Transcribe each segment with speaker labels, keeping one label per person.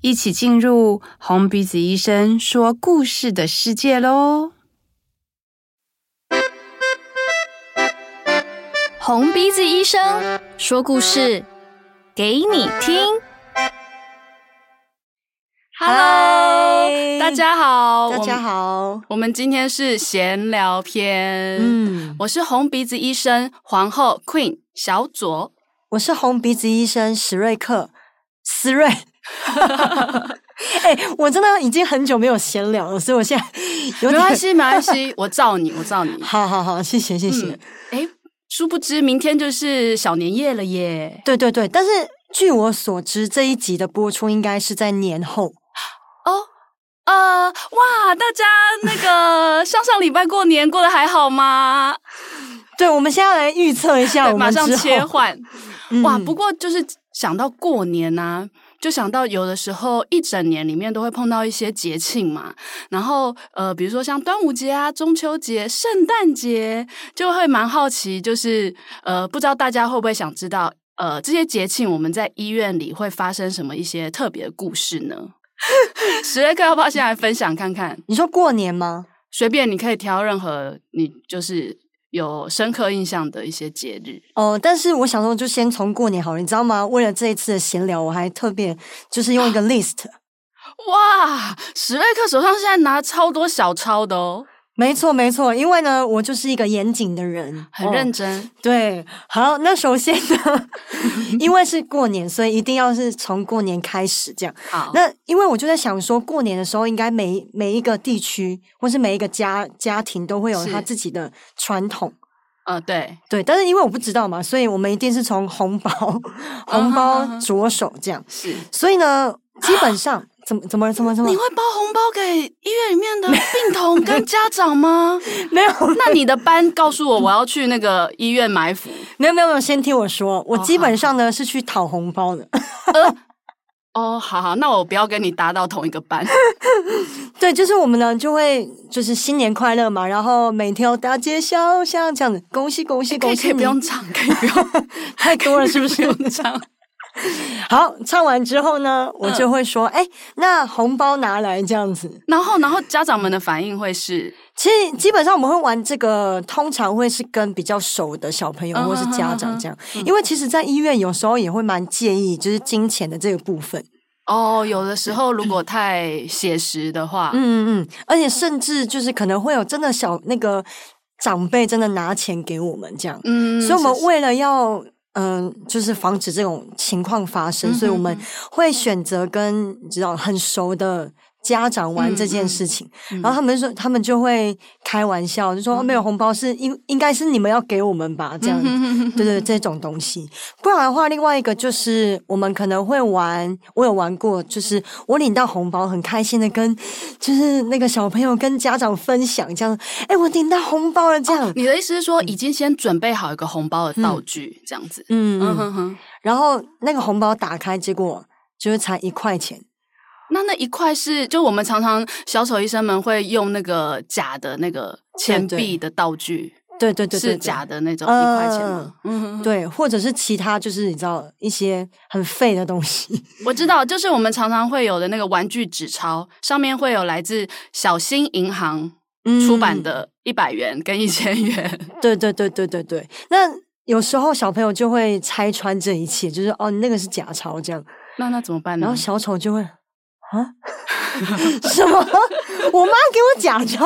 Speaker 1: 一起进入红鼻子医生说故事的世界喽！
Speaker 2: 红鼻子医生说故事给你听。
Speaker 3: Hello，
Speaker 2: 嗨
Speaker 3: 大家好，
Speaker 2: 大家
Speaker 3: 我们。
Speaker 2: 好，
Speaker 3: 我们今天是闲聊篇，
Speaker 2: 嗯，
Speaker 3: 我是红鼻子医生皇后 Queen 小左。
Speaker 2: 我是红鼻子医生史瑞克，史瑞。 哎、我真的已经很久没有闲聊了，所以我现在有
Speaker 3: 没
Speaker 2: 点
Speaker 3: 关。系，没关系， 我罩你，我罩你。
Speaker 2: 好好好，谢谢谢谢。
Speaker 3: 嗯哎，殊不知明天就是小年夜了耶！
Speaker 2: 对对对，但是据我所知，这一集的播出应该是在年后。
Speaker 3: 哦，呃，哇，大家那个上上礼拜过年过得还好 吗？
Speaker 2: 对，我们现在来预测一下
Speaker 3: 对，
Speaker 2: 我
Speaker 3: 马
Speaker 2: 们之
Speaker 3: 上
Speaker 2: 后。
Speaker 3: 切换。
Speaker 2: 嗯
Speaker 3: 哇，不过就是想到过年呐、就想到有的时候一整年里面都会碰到一些节庆嘛，然后呃，比如说像端午节啊、中秋节、圣诞节，就会蛮好奇，就是呃，不知道大家会不会想知道，呃，这些节庆我们在医院里会发生什么一些特别的故事呢？ 史瑞克要不要先来分享看看？
Speaker 2: 你说过年吗？
Speaker 3: 随便你可以挑任何你就是有深刻印象的一些节日。
Speaker 2: 哦，但是我想说，就先从过年好了，你知道吗？为了这一次的闲聊，我还特别就 是用一个 list，
Speaker 3: 哇，史瑞克手上现在拿超多小抄的哦，
Speaker 2: 没错，没错，因为呢，我就是一个严谨的人，
Speaker 3: 很认
Speaker 2: 哦、
Speaker 3: 真。
Speaker 2: 对，好，那首先呢， 因为是过年，所以一定要是从过年开始这样。
Speaker 3: 好，
Speaker 2: 那因为我就在想说，过年的时候，应该每每一个地区或是每一个家家庭都会有
Speaker 3: 是
Speaker 2: 他自己的传统。
Speaker 3: 呃，对，
Speaker 2: 对，但是因为我不知道嘛，所以我们一定是从红 包红
Speaker 3: 嗯哼嗯
Speaker 2: 包
Speaker 3: 哼
Speaker 2: 着手这样。
Speaker 3: 是
Speaker 2: 所以呢，基本上怎么怎么了怎么了怎么
Speaker 3: 你
Speaker 2: 了
Speaker 3: 会包红包给医院里面的病 童跟家长吗？
Speaker 2: 没有
Speaker 3: 那你的班告诉我，我要去那个医院埋伏。
Speaker 2: 没有没有没有，先听我说，我
Speaker 3: 哦
Speaker 2: 基
Speaker 3: 好
Speaker 2: 本上呢、是去讨红包的。
Speaker 3: 哦，好好，那我不要跟你搭到同一个 班。
Speaker 2: 对，就是我们呢就会就是新年快乐嘛，然后每天都大街小巷这样子，恭喜恭喜
Speaker 3: 哎可
Speaker 2: 恭
Speaker 3: 以
Speaker 2: 喜
Speaker 3: 可
Speaker 2: 你！
Speaker 3: 以不用唱，可以不用，
Speaker 2: 太多 了，是不
Speaker 3: 不
Speaker 2: 是？
Speaker 3: 用唱。
Speaker 2: 好，唱完之后呢，我就会说，哎、那红包拿来这样子。
Speaker 3: 然后，然后家长们的反应会是，
Speaker 2: 其实基本上我们会玩这个，通常会是跟比较熟的小朋友
Speaker 3: 嗯
Speaker 2: 或是家
Speaker 3: 嗯嗯
Speaker 2: 长
Speaker 3: 嗯
Speaker 2: 这样，因为其实，在医院有时候也会蛮介意，就是金钱的这个部分。
Speaker 3: 哦，有的时候如果太写实的话，
Speaker 2: 嗯嗯嗯，而且甚至就是可能会有真的小那个长辈真的拿钱给我们这样，
Speaker 3: 嗯
Speaker 2: 所以我
Speaker 3: 是
Speaker 2: 们
Speaker 3: 是
Speaker 2: 为了要嗯、就是防止这种情况发生，
Speaker 3: 嗯
Speaker 2: 所以我们会选择跟你知道很熟的。家长
Speaker 3: 嗯
Speaker 2: 玩这件事情，然后他们就说，他们就会开玩笑，
Speaker 3: 嗯
Speaker 2: 就说、哦没有红包是应应该是你们要给我们吧，这样
Speaker 3: 嗯
Speaker 2: 子，对对，这种东西。不然的话，另外一个就是我们可能会玩，我有玩过，就是我领到红包，很开心的跟就是那个小朋友跟家长分享，这样，哎，我领到红包了，这样，
Speaker 3: 你的意思哦是说，已经先准备好一个红包的道具，这样子？
Speaker 2: 嗯
Speaker 3: 嗯
Speaker 2: 嗯
Speaker 3: 哼哼。
Speaker 2: 然后那个红包打开，结果就是才一块钱。
Speaker 3: 那那一块是，就我们常常小丑医生们会用那个假的那个钱
Speaker 2: 对
Speaker 3: 币的道具，
Speaker 2: 对对对对
Speaker 3: 是假
Speaker 2: 的。
Speaker 3: 的那种
Speaker 2: 嗯
Speaker 3: 一块钱吗？嗯哼哼，
Speaker 2: 对，或者是其他就是你知道一些很废的东西，
Speaker 3: 我知道，就是我们常常会有的那个玩具纸钞，上面会有来自小新银行 出版的一百元跟一千元。
Speaker 2: 嗯。对对对对对对。那有时候小朋友就会拆穿这一切，就是哦，你那个是假钞这样，
Speaker 3: 那那怎么办呢？
Speaker 2: 然后小丑就会啊 什么？ 我妈给我假钞？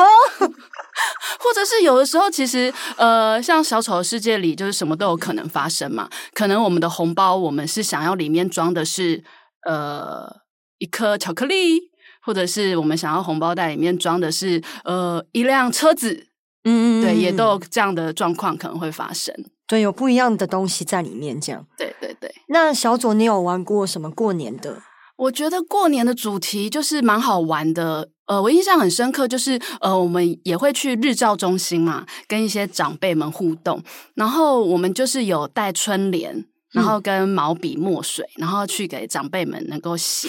Speaker 3: 或者是有的时候，其实呃，像小丑的世界里，就是什么都有可能发生嘛。可能我们的红包，我们是想要里面装的是呃一颗巧克力，或者是我们想要红包袋里面装的是呃一辆车子，
Speaker 2: 嗯
Speaker 3: 对，也都有这样的状况可能会发生。
Speaker 2: 对有不一样的东西在里面这样。
Speaker 3: 对对对，
Speaker 2: 那小左，你有玩过什么过年的？
Speaker 3: 我觉得过年的主题就是蛮好玩的。呃，我印象很深刻，就是呃，我们也会去日照中心嘛，跟一些长辈们互动。然后我们就是有带春联，然后跟毛笔墨水，然后去给长辈们能够写，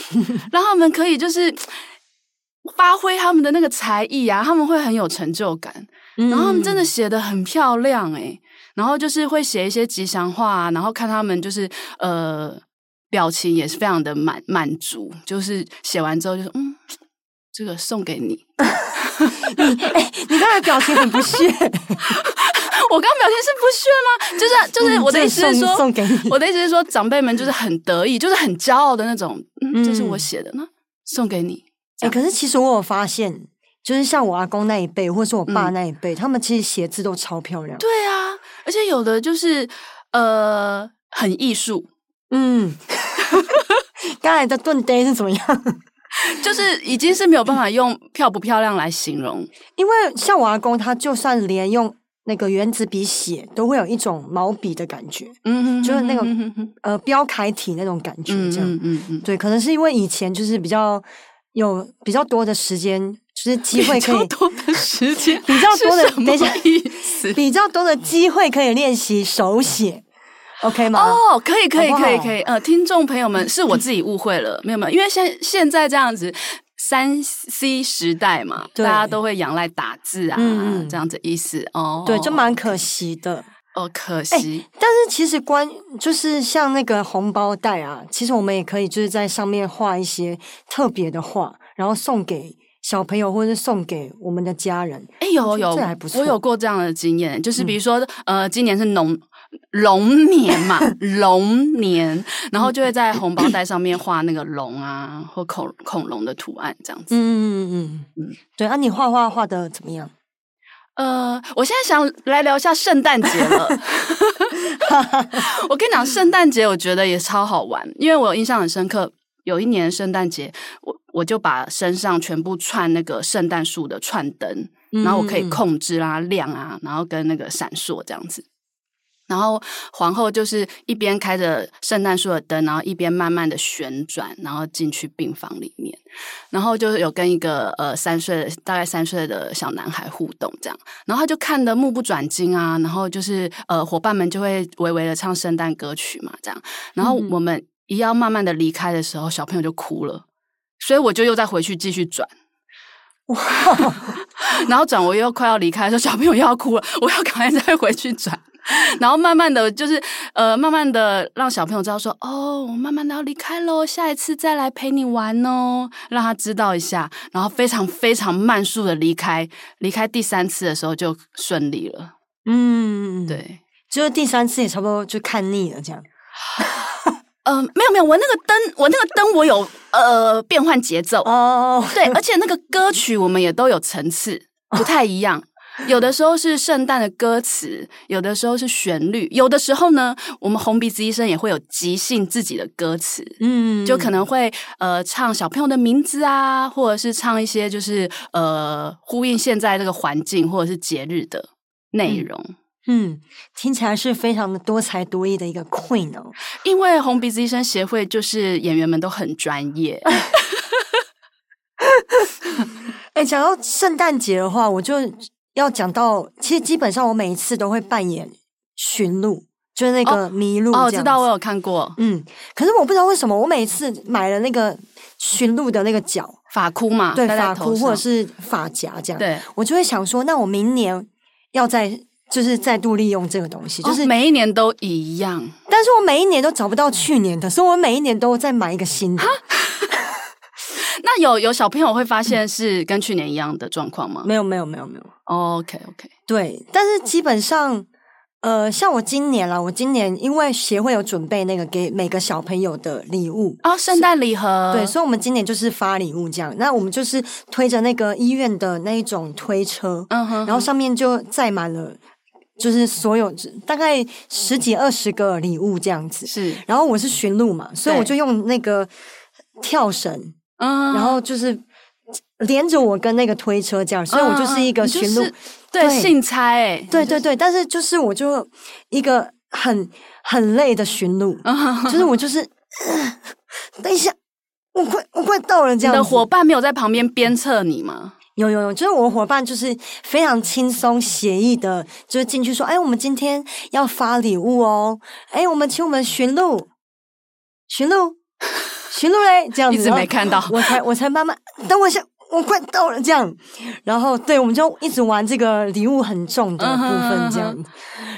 Speaker 3: 让他们可以就是发挥他们的那个才艺啊，他们会很有成就感。
Speaker 2: 然
Speaker 3: 然后他们真 的写的很漂亮诶、然后就是会写一些吉祥话、啊，然后看他们就是呃表情也是非常的满满足，就是写完之后就是嗯，这个送给你。
Speaker 2: 哎你刚才表情很不屑，
Speaker 3: 我刚表现是不屑吗？就是就是我的意思是
Speaker 2: 嗯这个送
Speaker 3: 说
Speaker 2: 送，给你，哎
Speaker 3: 我的意思是说，长辈们就是很得意，就是很骄傲的那种。嗯，这是
Speaker 2: 嗯
Speaker 3: 我写的呢，送给你。
Speaker 2: 哎、可是其实我有发现，就是像我阿公那一辈，或是我爸
Speaker 3: 嗯
Speaker 2: 那一辈，他们其实写字都超漂亮。
Speaker 3: 对啊，而且有的就是呃很艺术，
Speaker 2: 嗯， 刚才的顿呆是怎么样？
Speaker 3: 就是已经是没有办法用漂不漂亮来形容。
Speaker 2: 因为像我阿公，他就算连用那个原子笔写，都会有一种毛笔的感觉，
Speaker 3: 嗯
Speaker 2: 就是那个
Speaker 3: 嗯嗯
Speaker 2: 呃，标楷体那种感觉，这样。
Speaker 3: 嗯嗯，
Speaker 2: 对，可能是因为以前就是比较有比较多的时间，就是机会
Speaker 3: 比
Speaker 2: 可
Speaker 3: 较
Speaker 2: 以
Speaker 3: 多的时间，
Speaker 2: 比较多的
Speaker 3: 什么
Speaker 2: 等一下
Speaker 3: 意思？
Speaker 2: 比较多的机会可以练习手写，OK 吗？
Speaker 3: 哦，可以可以
Speaker 2: 好不
Speaker 3: 可以
Speaker 2: 好
Speaker 3: 可以，呃，听众朋友们，是我自己误会了，没有没有，因为现现在这样子。三 C 时代嘛，大
Speaker 2: 对
Speaker 3: 家都会仰赖打字啊，
Speaker 2: 嗯嗯
Speaker 3: 这样子意思哦。
Speaker 2: 对，就蛮可惜的。
Speaker 3: 哦，可惜，
Speaker 2: 但是其实关就是像那个红包袋啊，其实我们也可以就是在上面画一些特别的画，然后送给小朋友或者是送给我们的家人。
Speaker 3: 哎、有有，
Speaker 2: 这还不错嗯
Speaker 3: 我有过这样的经验，就是比如说，呃，今年是龙龙年 嘛，龙年，然后就会
Speaker 2: 嗯
Speaker 3: 在红包袋上面画那个龙啊，或恐恐龙的图案这样子。
Speaker 2: 嗯嗯嗯嗯，对啊，你画画画的怎么样？
Speaker 3: 呃，我现在想来聊一下圣诞节 了。我跟你讲，圣诞节我觉得也超好玩，因为我印象很深刻。有一年圣诞节，我我就把身上全部串那个圣诞树的串灯，然后我可以
Speaker 2: 嗯
Speaker 3: 控制啊、亮啊，然后跟那个闪烁这样子。然后皇后就是一边开着圣诞树的灯，然后一边慢慢的旋转，然后进去病房里面。然后就是有跟一个呃三岁大概三岁的小男孩互动这样，然后他就看得目不转睛啊，然后就是呃伙伴们就会微微的唱圣诞歌曲嘛这样，然后我们一要慢慢的离开的时候，小朋友就哭了，所以我就又再回去继续转。哇！然后转我又快要离开的时候，小朋友又要哭了，我要赶快再回去转。然后慢慢的就是呃，慢慢的让小朋友知道说，哦，我慢慢的要离开喽，下一次再来陪你玩哦，让他知道一下，然后非常非常慢速的离开，离开第三次的时候就顺利了，
Speaker 2: 嗯，嗯，嗯，
Speaker 3: 对。
Speaker 2: 就是第三次也差不多就看腻了这样。
Speaker 3: 嗯，没有没有，我那个灯，我那个灯，我有呃变换节奏，
Speaker 2: 哦，
Speaker 3: 对，而且那个歌曲我们也都有层次，不太一样。有的时候是圣诞的歌词，有的时候是旋律，有的时候呢，我们红鼻子医生也会有即兴自己的歌词，
Speaker 2: 嗯
Speaker 3: 就可能会呃唱小朋友的名字啊，或者是唱一些就是呃呼应现在这个环境或者是节日的内容。
Speaker 2: 嗯，听起来是非常的多才多艺的一个 queen 哦。
Speaker 3: 因为红鼻子医生协会就是演员们都很专业，
Speaker 2: 哎，讲到圣诞节的话，我就要讲到，其实基本上我每一次都会扮演驯鹿，就是那个麋鹿、
Speaker 3: 哦，我知道，我
Speaker 2: 了。
Speaker 3: 有看过
Speaker 2: 嗯，可是我不知道为什么，我每一次买了那个驯鹿的那个角，
Speaker 3: 发箍嘛，
Speaker 2: 对
Speaker 3: 啊戴在
Speaker 2: 发
Speaker 3: 头
Speaker 2: 箍或
Speaker 3: 上
Speaker 2: 者是发夹这样，
Speaker 3: 对，
Speaker 2: 我就会想说，那我明年要再就是再度利用这个东西，就、
Speaker 3: 就是是哦每一年都一样。
Speaker 2: 但是我每一年都找不到去年的，所以我每一年都在买一个新的。
Speaker 3: 那有有小朋友会发现是跟去年一样的状况吗哦
Speaker 2: 没有，没有，没有，没有。
Speaker 3: ？OK OK，
Speaker 2: 对，但是基本上，呃，像我今年啦，我今年因为协会有准备那个给每个小朋友的礼物。
Speaker 3: 哦，圣诞礼盒，
Speaker 2: 对，所以，我们今年就是发礼物这样。那我们就是推着那个医院的那一种推车，
Speaker 3: 嗯哼，
Speaker 2: 然后上面就载满了，就是所有大概十几二十个礼物这样子。
Speaker 3: 是，
Speaker 2: 然后我是驯鹿嘛，所以
Speaker 3: 对
Speaker 2: 我就用那个跳绳，
Speaker 3: 嗯，
Speaker 2: 然后就是连着我跟那个推车这样，所以我就是一
Speaker 3: 嗯
Speaker 2: 个
Speaker 3: 嗯你就
Speaker 2: 驯鹿。
Speaker 3: 是对
Speaker 2: 对
Speaker 3: 信差哎，
Speaker 2: 对对对，但是就是我就一个
Speaker 3: 嗯
Speaker 2: 很很累的驯鹿，就是我就是、等一下，我快我快到了这
Speaker 3: 你
Speaker 2: 样
Speaker 3: 的
Speaker 2: 子。
Speaker 3: 伙伴没有在旁边鞭策你吗？
Speaker 2: 有有有，就是我的伙伴就是非常轻松写意的，就是进去说，哎，我们今天要发礼物哦，哎，我们请我们寻路，寻路，寻路嘞，这样
Speaker 3: 一
Speaker 2: 子
Speaker 3: 直没看到
Speaker 2: 然后我才我才慢慢等我一下，我快到了这样，然后对，我们就一直玩这个礼物很重的部分这样。
Speaker 3: 嗯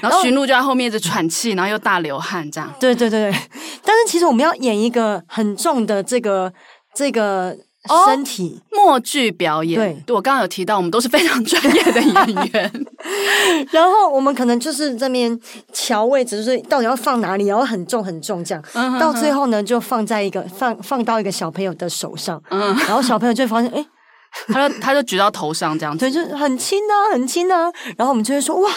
Speaker 3: 然后巡路就在后面一直喘气，然后又大流汗这样。
Speaker 2: 对对对，对 但是其实我们要演一个很重的这个这个
Speaker 3: 哦
Speaker 2: 身体，
Speaker 3: 默剧表演，
Speaker 2: 对
Speaker 3: 我刚刚有提到，我们都是非常专业的演 员，
Speaker 2: 然后我们可能就是这边调位置，就是到底要放哪里，然后很重很重这样，
Speaker 3: 嗯哼
Speaker 2: 到最后呢就放在一个放放到一个小朋友的手上，
Speaker 3: 嗯
Speaker 2: 然后小朋友就会发现，哎，
Speaker 3: 他就他就举到头上这样子，
Speaker 2: 对，就是很轻啊，很轻啊，然后我们就会说，哇，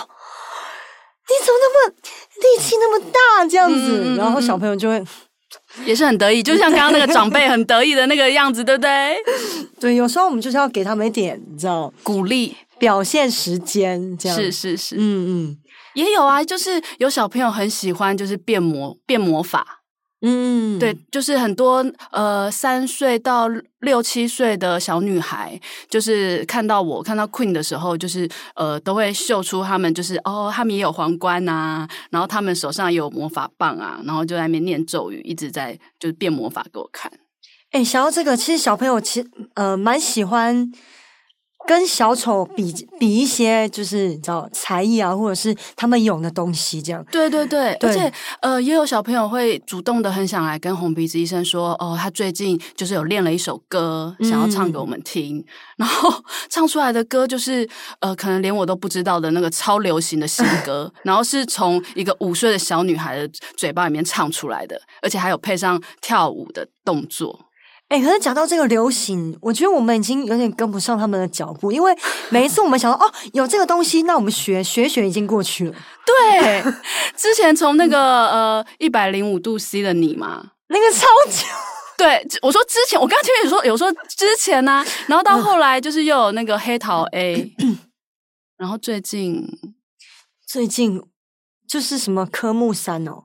Speaker 2: 你怎么那么力气那么大这样子，
Speaker 3: 嗯嗯嗯嗯
Speaker 2: 然后小朋友就会
Speaker 3: 也是很得意，就像刚刚那个长辈很得意的那个样子，对不对？
Speaker 2: 对，有时候我们就是要给他们一点，你知道，
Speaker 3: 鼓励
Speaker 2: 表现时间这样，
Speaker 3: 是是是，
Speaker 2: 嗯嗯
Speaker 3: 也有啊，就是有小朋友很喜欢就是变魔变魔法，
Speaker 2: 嗯，
Speaker 3: 对，就是很多呃三岁到六七岁的小女孩，就是看到我看到 Queen 的时候，就是呃都会秀出他们就是哦，他们也有皇冠啊，然后他们手上也有魔法棒啊，然后就在那边念咒语，一直在就是变魔法给我看。
Speaker 2: 哎、想到这个，其实小朋友其实呃蛮喜欢跟小丑比比一些，就是你知道才艺啊，或者是他们有的东西这样。
Speaker 3: 对对对，
Speaker 2: 对
Speaker 3: 而且呃，也有小朋友会主动的很想来跟红鼻子医生说，哦，他最近就是有练了一首歌，想要唱给我们听， 然后唱出来的歌就是呃，可能连我都不知道的那个超流行的新歌，然后是从一个五岁的小女孩的嘴巴里面唱出来的，而且还有配上跳舞的动作。
Speaker 2: 哎、可是讲到这个流行，我觉得我们已经有点跟不上他们的脚步，因为每一次我们想到哦有这个东西，那我们学学一学已经过去了。
Speaker 3: 对， 之前从那个呃一百零五度 C 的你嘛，
Speaker 2: 那个超级
Speaker 3: 对，我说之前，我刚刚前面有说有说之前呢、啊然后
Speaker 2: 嗯
Speaker 3: 到后来就是又有那个黑桃 A，然 后最近
Speaker 2: 最近就是什么科目三哦，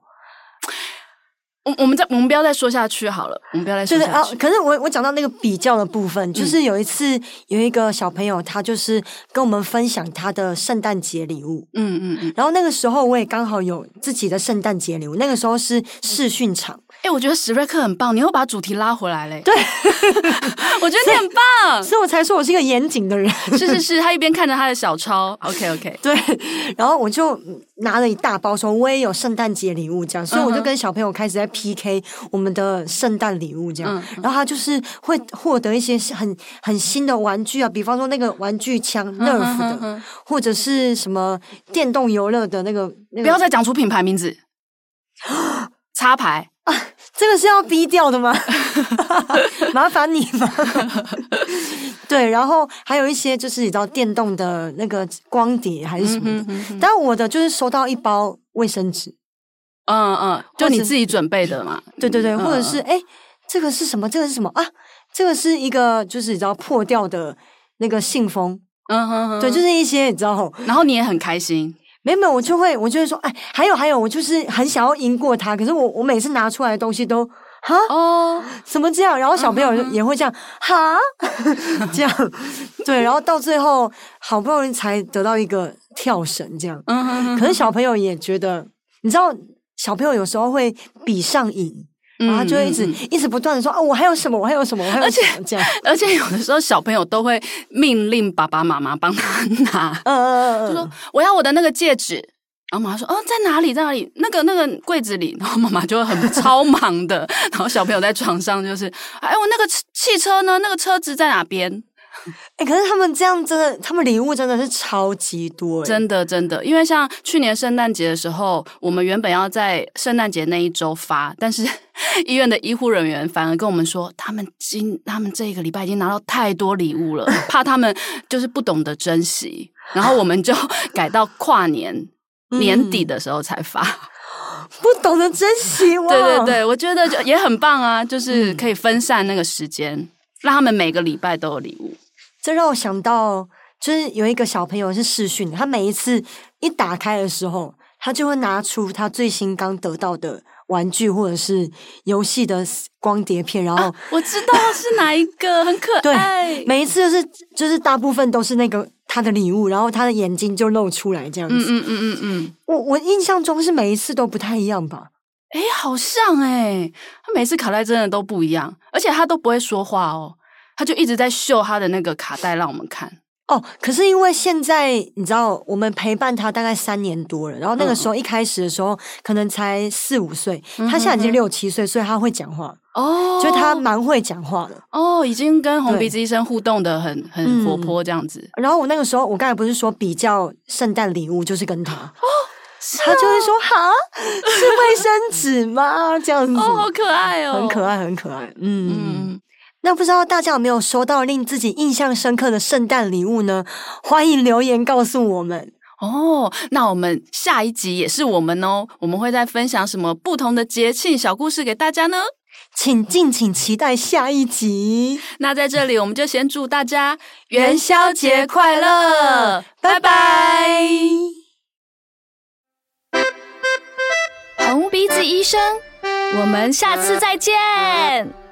Speaker 3: 我我们再我们不要再说下去好了，我们不要再
Speaker 2: 就
Speaker 3: 说
Speaker 2: 是
Speaker 3: 下
Speaker 2: 啊
Speaker 3: 去。，嗯
Speaker 2: 可是我我讲到那个比较的部分，就是有一次有一个小朋友，他就是跟我们分享他的圣诞节礼物，
Speaker 3: 嗯嗯嗯，
Speaker 2: 然后那个时候我也刚好有自己的圣诞节礼物，那个时候是试训场，
Speaker 3: 哎、我觉得史瑞克很棒，你又把主题拉回来嘞。对， 我觉得你很棒。
Speaker 2: 所以我才说我是一个严谨的人。
Speaker 3: 是是是，他一边看着他的小抄，OK OK，
Speaker 2: 对，然后我就拿了一大包，说我也有圣诞节礼物这样，所以我
Speaker 3: 嗯
Speaker 2: 就
Speaker 3: 哼
Speaker 2: 跟小朋友开始在 PK 我们的圣诞礼物这样，
Speaker 3: 嗯
Speaker 2: 然后他就是会获得一些很很新的玩具啊，比方说那个玩具枪
Speaker 3: 嗯
Speaker 2: Nerf 的，或者是什么电动游乐的那个 那
Speaker 3: 不
Speaker 2: 个，
Speaker 3: 要再讲出品牌名 字，插牌。
Speaker 2: 这个是要逼掉 的吗？麻烦你了。 对，然后还有一些就是你知道电动的那个光碟还是什么的，但我的就是收到一包卫生纸，
Speaker 3: 嗯嗯，就
Speaker 2: 或者
Speaker 3: 你自己准备的嘛。
Speaker 2: 对对对，
Speaker 3: 嗯
Speaker 2: 或者是哎、诶这个是什么？这个是什么啊？这个是一个就是你知道破掉的那个信封，
Speaker 3: 嗯哼哼，
Speaker 2: 对，就是一些你知道，
Speaker 3: 然后你也很开心。
Speaker 2: 没有没有，我就会我就会说，哎，还有还有，我就是很想要赢过他，可是我我每次拿出来的东西都哈
Speaker 3: 哦，
Speaker 2: 怎么这样？然后小朋
Speaker 3: 嗯
Speaker 2: 友就也会这样哈， 这样对，然后到最后好不容易才得到一个跳绳这样，
Speaker 3: 嗯哼哼
Speaker 2: 可是小朋友也觉得，你知道，小朋友有时候会比上瘾，然后他就会一直、
Speaker 3: 嗯嗯
Speaker 2: 一直不断的说啊，我还有什么，我还有什么，我还有什么这样，
Speaker 3: 而且有的时候小朋友都会命令爸爸妈妈帮他拿，
Speaker 2: 嗯嗯
Speaker 3: 就
Speaker 2: 嗯，嗯
Speaker 3: 说我要我的那个戒指。然后妈妈说：“哦，在哪里？在哪里？那个那个柜子里。”然后妈妈就会 很超忙的。然后小朋友在床上就是：“哎，我那个汽汽车呢？那个车子在哪边
Speaker 2: 哎、可是他们这样真的，他们礼物真的是超级？”多、欸，
Speaker 3: 真的真的，因为像去年圣诞节的时候，我们原本要在圣诞节那一周发，但是 医院的医护人员反而跟我们说，他们今他们这一个礼拜已经拿到太多礼物了，怕他们就是不懂得珍惜，然后我们就 改到跨年。年底的时候才发，
Speaker 2: 不懂得珍 惜哇，
Speaker 3: 对对对，我觉得就也很棒啊，就是可以分散那个时间，让他们每个礼拜都有礼物。
Speaker 2: 这让我想到，就是有一个小朋友是视讯，他每一次一打开的时候，他就会拿出他最新刚得到的玩具或者是游戏的光碟片，然后
Speaker 3: 啊我知道是哪一个，很可
Speaker 2: 对
Speaker 3: 爱。
Speaker 2: 每一次就是就是大部分都是那个他的礼物，然后他的眼睛就露出来这样
Speaker 3: 嗯
Speaker 2: 子。
Speaker 3: 嗯嗯嗯嗯，
Speaker 2: 我我印象中是每一次都不太一样吧？
Speaker 3: 哎、好像哎、他每次卡带真的都不一样，而且他都不会说话哦，他就一直在秀他的那个卡带让我们看。
Speaker 2: 哦，可是因为现在你知道，我们陪伴他大概三年多了，然后那个时候一开始的时候
Speaker 3: 嗯
Speaker 2: 可能才四五岁，他现在已经六七岁，所以他会讲话，
Speaker 3: 哦，
Speaker 2: 就他蛮会讲话的。
Speaker 3: 哦，已经跟红
Speaker 2: 对
Speaker 3: 鼻子医生互动的很很活
Speaker 2: 嗯
Speaker 3: 泼这样子。
Speaker 2: 然后我那个时候，我刚才不是说比较圣诞礼物就是跟他，
Speaker 3: 哦
Speaker 2: 他就会说哈是卫生纸 吗？这样子，
Speaker 3: 哦，好可爱哦，
Speaker 2: 嗯很可。爱，很可爱。嗯，
Speaker 3: 嗯，
Speaker 2: 那不知道大家有没有收到令自己印象深刻的圣诞礼物呢？欢迎留言告诉我们。
Speaker 3: 哦，那我们下一集也是我们哦，我们会再分享什么不同的节庆小故事给大家呢？
Speaker 2: 请敬请期待下一集，
Speaker 3: 那在这里，我们就先祝大家元宵节快乐，拜拜。
Speaker 4: 红鼻子医生，我们下次再见。